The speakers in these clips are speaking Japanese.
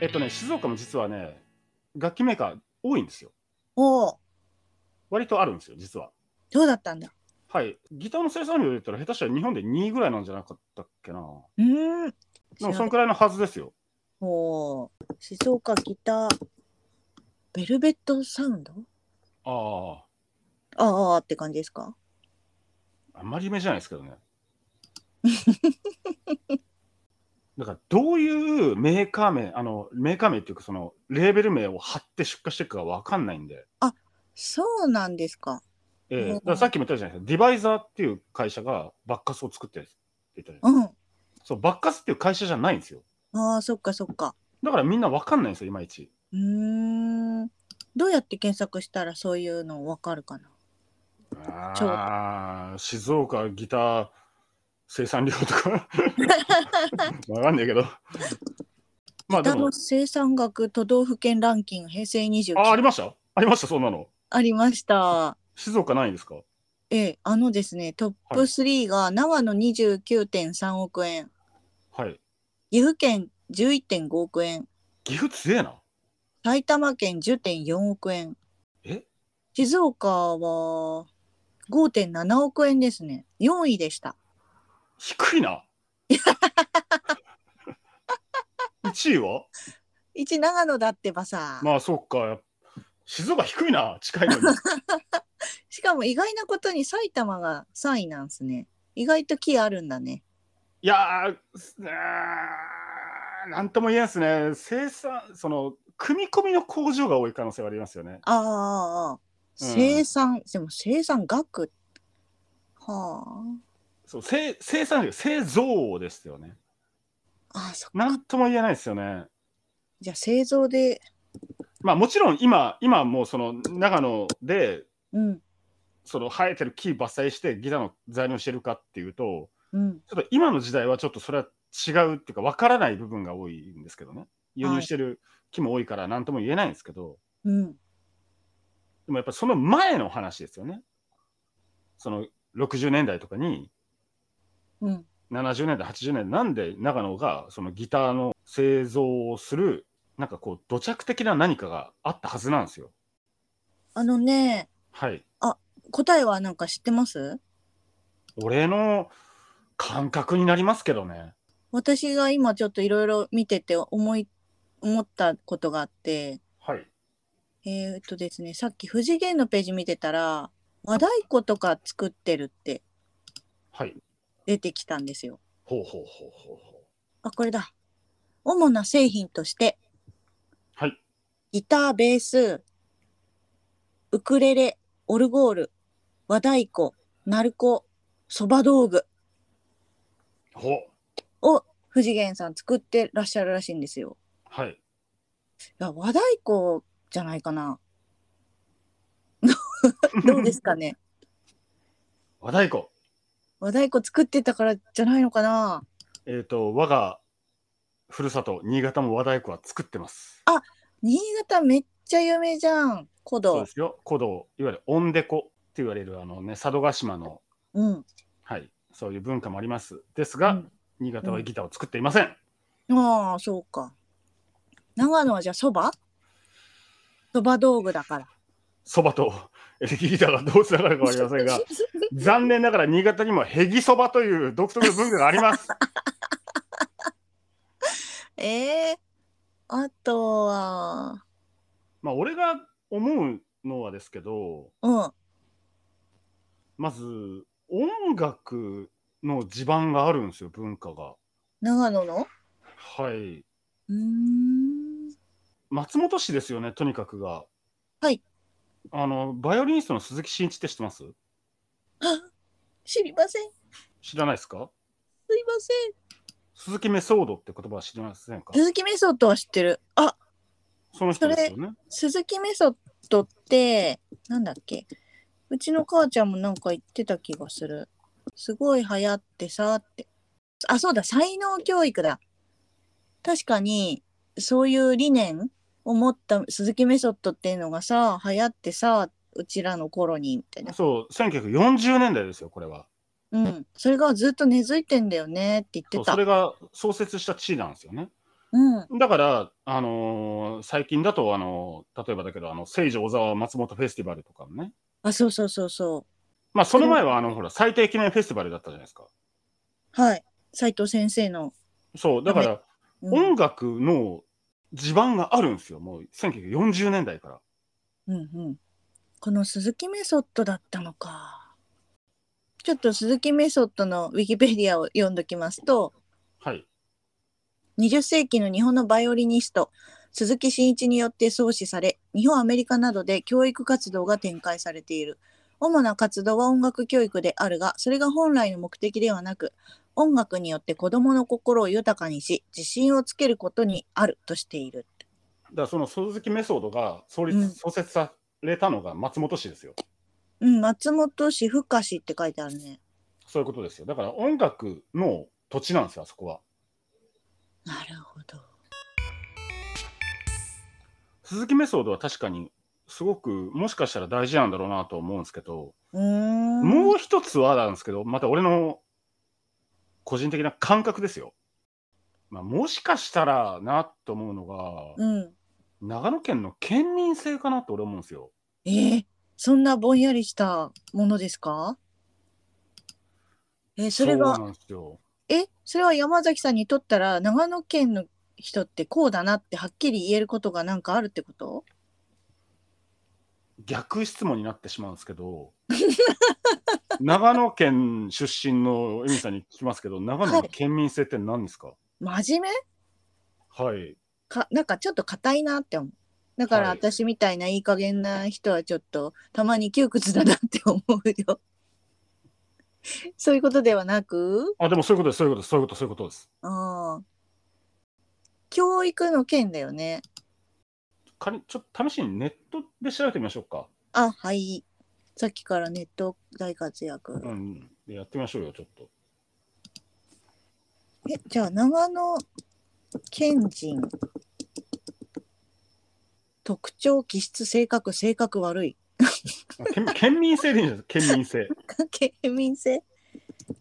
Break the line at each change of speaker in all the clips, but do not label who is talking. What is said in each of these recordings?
えっとね、静岡も実はね、楽器メーカー多いんですよ。
おお、
割とあるんですよ、実は。
そうだったんだ。
はい。ギターの生産量で言ったら、下手したら日本で2位ぐらいなんじゃなかったっけな。
うーん。
でも、そのくらいのはずですよ。
おー静岡ギター、ベルベットサウンド
あ
ああって感じですか
あ、あんまり夢じゃないですけどね。だから、どういうメーカー名、あの、メーカー名っていうか、その、レーベル名を貼って出荷していくかわかんないんで。
そうなんですか。
ええ
うん
だからさっきも言ったじゃないですか、ディバイザーっていう会社がバッカスを作ってるって言ったじゃないですか
うん。
そう、バッカスっていう会社じゃないんですよ。
ああ、そっかそっか。
だからみんなわかんないんですよ、いまいち。
うーん。どうやって検索したらそういうのわかるかなちょ
ああ、静岡ギター生産量とか、わかんないけど。まあで
歌
も
の、生産額都道府県ランキング平成29
あ、ありましたありました、そんなの。
ありました。
静岡ないんですか
ええ、あのですね、トップ
はい
3が長野29.3億円、
はい。
岐阜県11.5億円、
岐阜強えな。
埼玉県10.4億円、
え
静岡は5.7億円ですね。4位でした。
低いな。1位は
1長野だってばさ、
まあそっか。静岡低いな、近いのに。
しかも意外なことに埼玉が3位なんですね。意外と木あるんだね。
いやーすあー、なんとも言えんですね、生産、その、組み込みの工場が多い可能性はありますよね。
ああああ、ああ生産、でも生産額。は
そう生生産量、製造ですよね。
あ。ああ、そっか
なんとも言えないですよね。
じゃあ製造で、
まあもちろん今、今もうその長野で、
うん、
その生えてる木伐採してギターの材料にしてるかっていうと、
うん。
ちょっと今の時代はちょっとそれは違うっていうか、わからない部分が多いんですけどね。輸入してる木も多いから、なんとも言えないんですけど。
うん、
でもやっぱその前の話ですよね。その60年代とかに、
うん、
70年代、80年代、なんで長野がそのギターの製造をする、なんかこう、土着的な何かがあったはずなんですよ。
あのね
はい。
答えはなんか知ってます
俺の感覚になりますけどね。
私が今ちょっといろいろ見てて思い思ったことがあって
はい。
えー、っとですねさっき不次元のページ見てたら和太鼓とか作ってるって
はい。
出てきたんですよ。
ほうほうほうほうほう。
あこれだ。主な製品として
はい。
ギター、ベース、ウクレレ、オルゴール、和太鼓、鳴子、そば道具
ほう。
を不次元さん作ってらっしゃるらしいんですよ。
はい。
いや和太鼓じゃないかな。どうですかね。
和太鼓。
和太鼓作ってたからじゃないのかな。
えっ、と、我がふるさと、新潟も和太鼓は作ってます。
新潟めっちゃ有名じゃん。
そ
古
う
道
で。すよ。古道、いわゆるオンデコって言われるあのね、佐渡島の、
うん。
はい、そういう文化もあります。ですが、
うん
新潟はギターを作っていません。
ああ、そうか。長野はじゃあそばそば道具だから。
そばと エレキギターがどうつながるかわかりませんが、残念ながら新潟にもヘギそばという 独特の文化があります。
ええあとは、
まあ、俺が思うのはですけど、
うん。
まず音楽の地盤があるんですよ、文化が。
長野の
はい。
うーん。
松本市ですよね、とにかくが。
はい。
あの、バイオリニストの鈴木真一って知ってます
知りません。
知らないですか
すいません。
鈴木メソードって言葉は知りませんか
鈴木メソッドは知ってる。あ
その人ですよね。
鈴木メソッドってなんだっけうちの母ちゃんもなんか言ってた気がするすごい流行ってさってあそうだ才能教育だ確かにそういう理念を持った鈴木メソッドっていうのがさ流行ってさうちらの頃にみたいな
そう、1940年代ですよ、これは。
うんそれがずっと根付いてんだよねって言って
そう
た
それが創設した地位なんですよね。
うん。
だから、あのー最近だと、あのー例えばだけど、あの、聖女小沢松本フェスティバルとかもね。
あ、そうそうそうそ
まあ、その前は、あの、ほら、最低記念フェスティバルだったじゃないですか。
う。はい。斉藤先生の。
そう、だから、
うん。
音楽の地盤があるんですよ。もう、1940年代から。
うんうん、この鈴木メソッドだったのか。ちょっと鈴木メソッドのウィキペディアを読んどきますと、
はい。
20世紀の日本のバイオリニスト鈴木真一によって創始され日本アメリカなどで教育活動が展開されている主な活動は音楽教育であるがそれが本来の目的ではなく音楽によって子どもの心を豊かにし自信をつけることにあるとしている
だから、その鈴木メソードが創立、
うん
創設されたのが松本市ですよ。
うん松本市深市って書いてあるね
そういうことですよ。だから、音楽の土地なんですよ、あそこは。
なるほど
鈴木メソードは確かに、すごく、もしかしたら大事なんだろうなと思うんですけど、
うーん
もう一つはなんですけど、また俺の個人的な感覚ですよ。まあ、もしかしたらなと思うのが、
うん
長野県の県民性かなって俺思うんですよ。
えー、そんなぼんやりしたものですかえーそれが
うなんですよ。
えそれは山崎さんにとったら長野県の人ってこうだなってはっきり言えることがなんかあるってこと
逆質問になってしまうんですけど、 長野県出身のエミさんに聞きますけど、長野の県民性って何ですか
真面目
はい。
かなんかちょっと硬いなって思うだから
はい
私みたいないい加減な人はちょっとたまに窮屈だなって思うよ そういうことではなく
あ、でもそういうことです、そういうことです、そういうこと、そういうことです。
あー教育の件だよね
仮にちょっと試しにネットで調べてみましょうか。
あはいさっきからネット大活躍、
うん。でやってみましょうよ、ちょっと。
えじゃあ長野県人特徴気質性格性格悪い
県県民性でいいんじゃないですか県民性。
県民性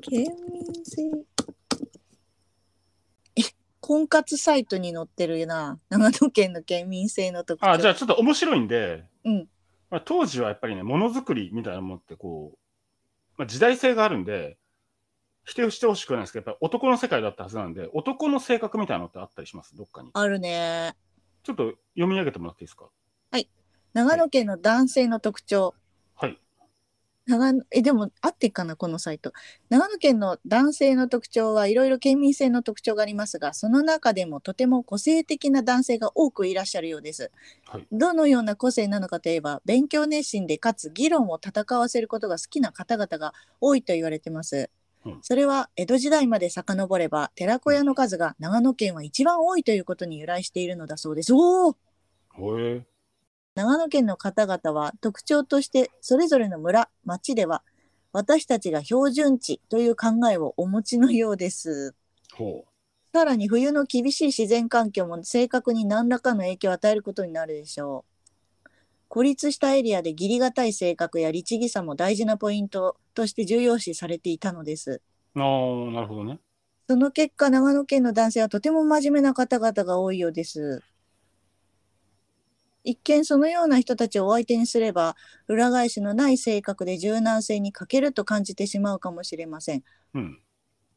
県民性え婚活サイトに載ってるな長野県の県民性の特 徴
あじゃあちょっと面白いんで、
うん
まあ、当時はやっぱりねものづくりみたいなものってこう、まあ、時代性があるんで否定してほしくはないですけどやっぱり男の世界だったはずなんで男の性格みたいなのってあったりしますどっかに
あるね
ちょっと読み上げてもらっていいですか
長野県の男性の特徴
はい
長野えでも合ってっかなこのサイト長野県の男性の特徴はいろいろ県民性の特徴がありますがその中でもとても個性的な男性が多くいらっしゃるようです、
はい
どのような個性なのかといえば勉強熱心でかつ議論を戦わせることが好きな方々が多いと言われてます、
うん
それは江戸時代まで遡れば寺子屋の数が長野県は一番多いということに由来しているのだそうですおお
へえ
長野県の方々は特徴としてそれぞれの村町では私たちが標準値という考えをお持ちのようです
ほ
さらに冬の厳しい自然環境も正確に何らかの影響を与えることになるでしょう孤立したエリアで義理がたい性格や律儀さも大事なポイントとして重要視されていたのです
うああなるほどね
その結果、長野県の男性はとても真面目な方々が多いようです。一見そのような人たちをお相手にすれば、裏返しのない性格で柔軟性に欠けると感じてしまうかもしれません。
うん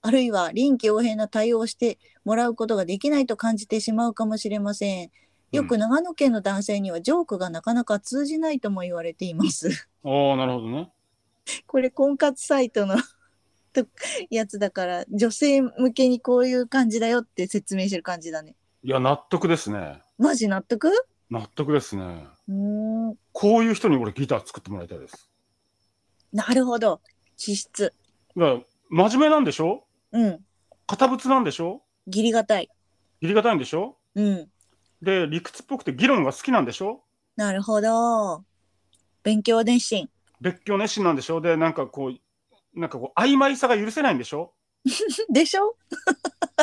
あるいは臨機応変な対応をしてもらうことができないと感じてしまうかもしれません。よ
う
く
ん
長野県の男性にはジョークがなかなか通じないとも言われています。
ああなるほどね
これ婚活サイトの とやつだから女性向けにこういう感じだよって説明してる感じだね。
いや納得ですね
マジ納得
納得ですね
うーん
こういう人に俺ギター作ってもらいたいです
なるほど気質
だから真面目なんでしょ
うん
堅物なんでしょ
義理がたい
入りがたいんでしょ
うん
で理屈っぽくて議論が好きなんでしょ
なるほど勉強熱心
別居熱心なんでしょでなんかこうなんかこう曖昧さが許せないんでしょ
でしょ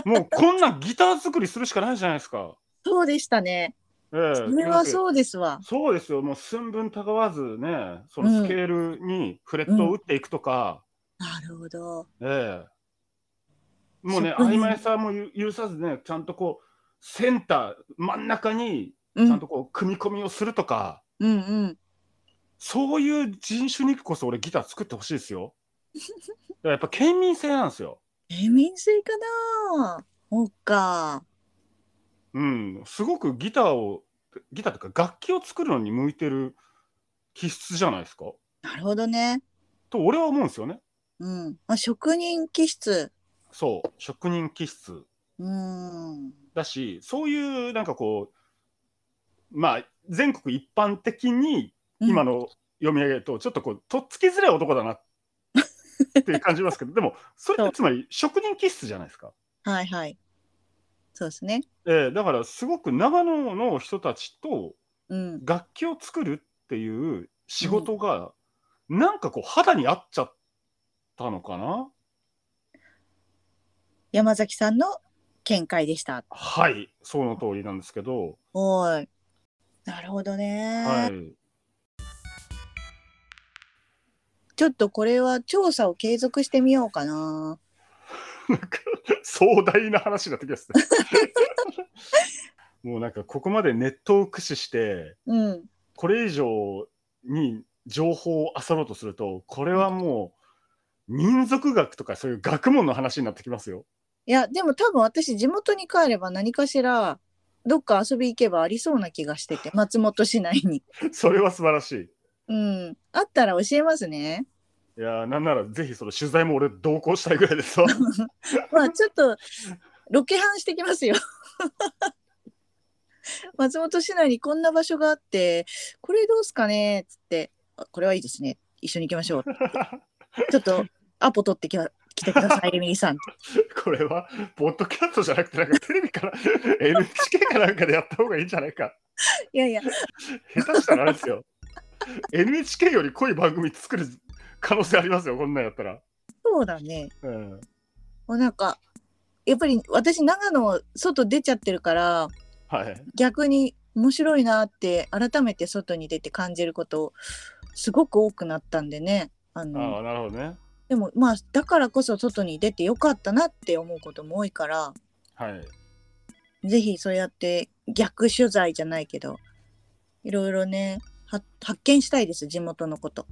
もうこんなんギター作りするしかないじゃないですか。
そうでしたね
ええ
それは
う
そうですわ
そうですよもう寸分たがわずねそのスケールにフレットを打っていくとか、
なるほど
ええもうね
そこに
曖昧さもゆ許さずねちゃんとこうセンター、真ん中に
う
ちゃん
ん
とこう、組み込みをするとか、
うんうん
そういう人種にこそ俺ギター作ってほしいですよ。だからやっぱ県民性なんですよ。
え民水かなそっか
うん、すごくギターを、ギターというか楽器を作るのに向いてる気質じゃないですか。
なるほどね
と俺は思うんですよね。
うんあ職人気質
そう、職人気質
うん
だし、そういうなんかこう、まあ、全国一般的に今
の
の読み上げると、ちょっとこう、とっつきづらい男だなって感じますけど、でも、それってつまり職人気質じゃないですか。
はいはいそうですね
えーだからすごく長野の人たちと
うん
楽器を作るっていう仕事が、なんかこう肌に合っちゃったのかな
山崎さんの見解でした
はいその通りなんですけど、
おーいなるほどね、
はい、
ちょっとこれは調査を継続してみようかな
壮大な話になってきます ねもうなんかここまでネットを駆使して
うん
これ以上に情報を漁ろうとするとこれはもう民族学とかそういう学問の話になってきますよ。
いやでも多分私地元に帰れば何かしらどっか遊び行けばありそうな気がしてて松本市内に。
それは素晴らしい。
うん、あったら教えますね。
いやーなんならぜひその取材も俺同行したいぐらいですわ
まあちょっとロケハンしてきますよ。 松本市内にこんな場所があってこれどうすかねっつってあこれはいいですね一緒に行きましょうちょっとアポ取ってきは来てくださいエミリーさん
これはポッドキャストじゃなくてなんかテレビから NHK かなんかでやった方がいいんじゃないか
いやいや
下手したらあれですよ NHK より濃い番組作る可能性ありますよこんなんやったら、
そうだね
うん、
もうなんかやっぱり私長野外出ちゃってるから
はい
逆に面白いなって改めて外に出て感じることすごく多くなったんでねあ
あ
の
あなるほどね
でもまあだからこそ外に出てよかったなって思うことも多いから
はい
ぜひそうやって逆取材じゃないけどいろいろねは発見したいです地元のこと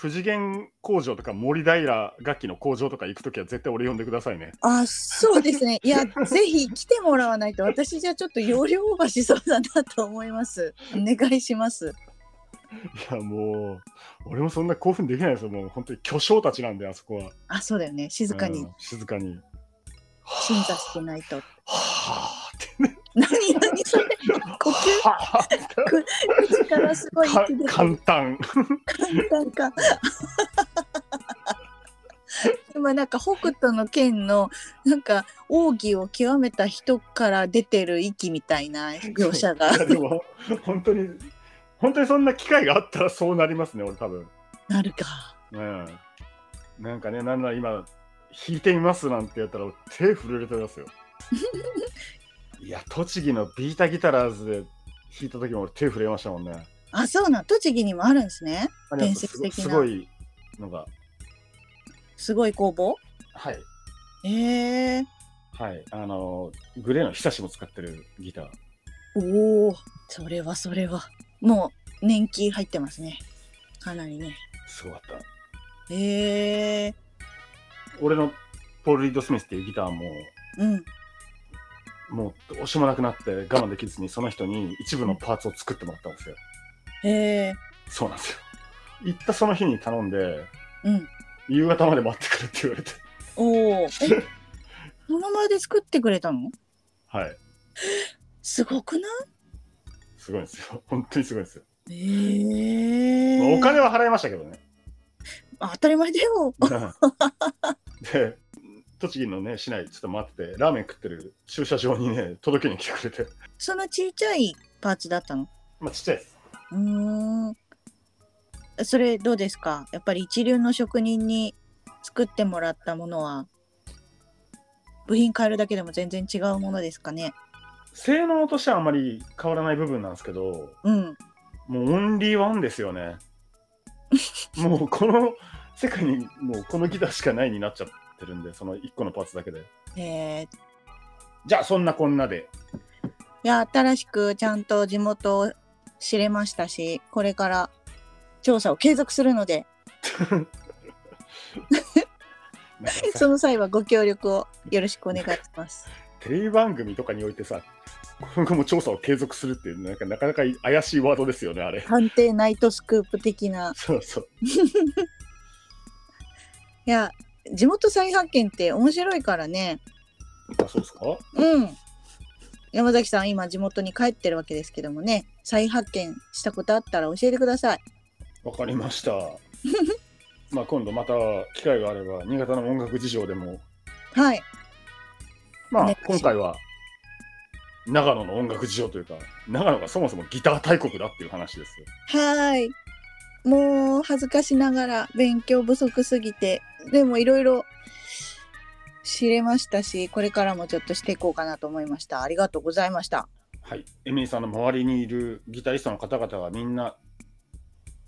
富士源工場とか森平楽器の工場とか行くときは絶対俺呼んでくださいね
あそうですねいや ぜひ来てもらわないと私じゃちょっと容量オーバーしそうだなと思いますお願いします
いやもう俺もそんな興奮できないですよもう本当に巨匠たちなんであそこは
あそうだよね静か
う
に
ん静かに
鎮座してないと
はあって
何何 それ呼吸
はあ
口からすごい
か
息で簡
簡単。
単か。今なんか北斗の剣のなんか奥義を極めた人から出てる息みたいな描写が
いやでも本当に本当にそんな機会があったらそうなりますね。俺多分。
なるか。
うん。なんかね、なんなら今弾いてみますなんて言ったら俺手震えてます よ。いや栃木のビータギタラーズで弾いた時も俺手震えましたもんね。
あそうなん栃木にもあるんですね。伝説的な
すごいのが
すごい工房。
はい
ええ
はいあのグレーのひさしも使ってるギター。
おおそれはそれはもう年季入ってますね。かなりね。
すごかった。
ええ
俺のポール・リード・スミスっていうギターも
うん
もうどうしようもなくなって我慢できずにその人に一部のパーツを作ってもらったんですよ。
ええ
そうなんですよ。行ったその日に頼んで
うん
夕方まで待ってくれって言われて。
おおえ その前で作ってくれたの？
はい。
すごくない？
すごいんですよ。本当にすごいんですよ。
え
まあ
え
お金は払いましたけどね。
あ当たり前だよ。
で、栃木のね、市内ちょっと待ってて、ラーメン食ってる駐車場にね、届けに来てくれて。
そんなちっちゃいパーツだったの。
まあちっちゃいです。
うーん。それどうですか。やっぱり一流の職人に作ってもらったものは部品変えるだけでも全然違うものですかね。
性能としてはあまり変わらない部分なんですけど、
うん。
もうオンリーワンですよね。もうこの世界にもうこのギターしかないになっちゃってるんで、その1個のパーツだけで。
えー、
じゃあそんなこんなで
いや新しくちゃんと地元を知れましたしこれから調査を継続するので
なんかさ
その際はご協力をよろしくお願いし ます。
テレビ番組とかにおいてさ今後も調査を継続するっていうなんかなかなか怪しいワードですよねあれ
探偵ナイトスクープ的な
そうそう
いや地元再発見って面白いからね
あそうですか
うん山崎さん今地元に帰ってるわけですけどもね再発見したことあったら教えてください
わかりま したまあ今度また機会があれば新潟の音楽事情でも
はい
ま
お願
あ
いします
今回は長野の音楽事情というか長野がそもそもギター大国だっていう話ですよ
はーいもう恥ずかしながら勉強不足すぎてでもいろいろ知れましたしこれからもちょっとしていこうかなと思いましたありがとうございました
はいエミリーさんの周りにいるギタリストの方々がみんな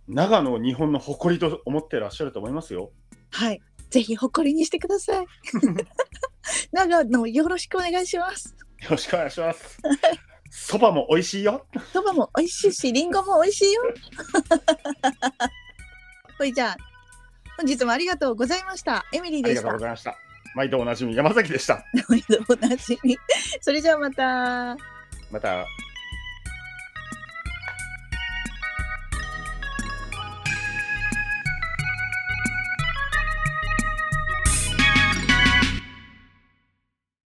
長野を日本の誇りと思ってらっしゃると思いますよ
はいぜひ誇りにしてください 長野よろしくお願いします
よろしくお願いします そばも美味しいよ
そばも美味しいし、りんごも美味しいよ。ほいじゃあ、本日もありがとうございました。エミリー
あり
で
が
し
とう
た
ご。ざいました毎度おなじみ山崎でした
毎度おなじみ。それじゃあまた。
また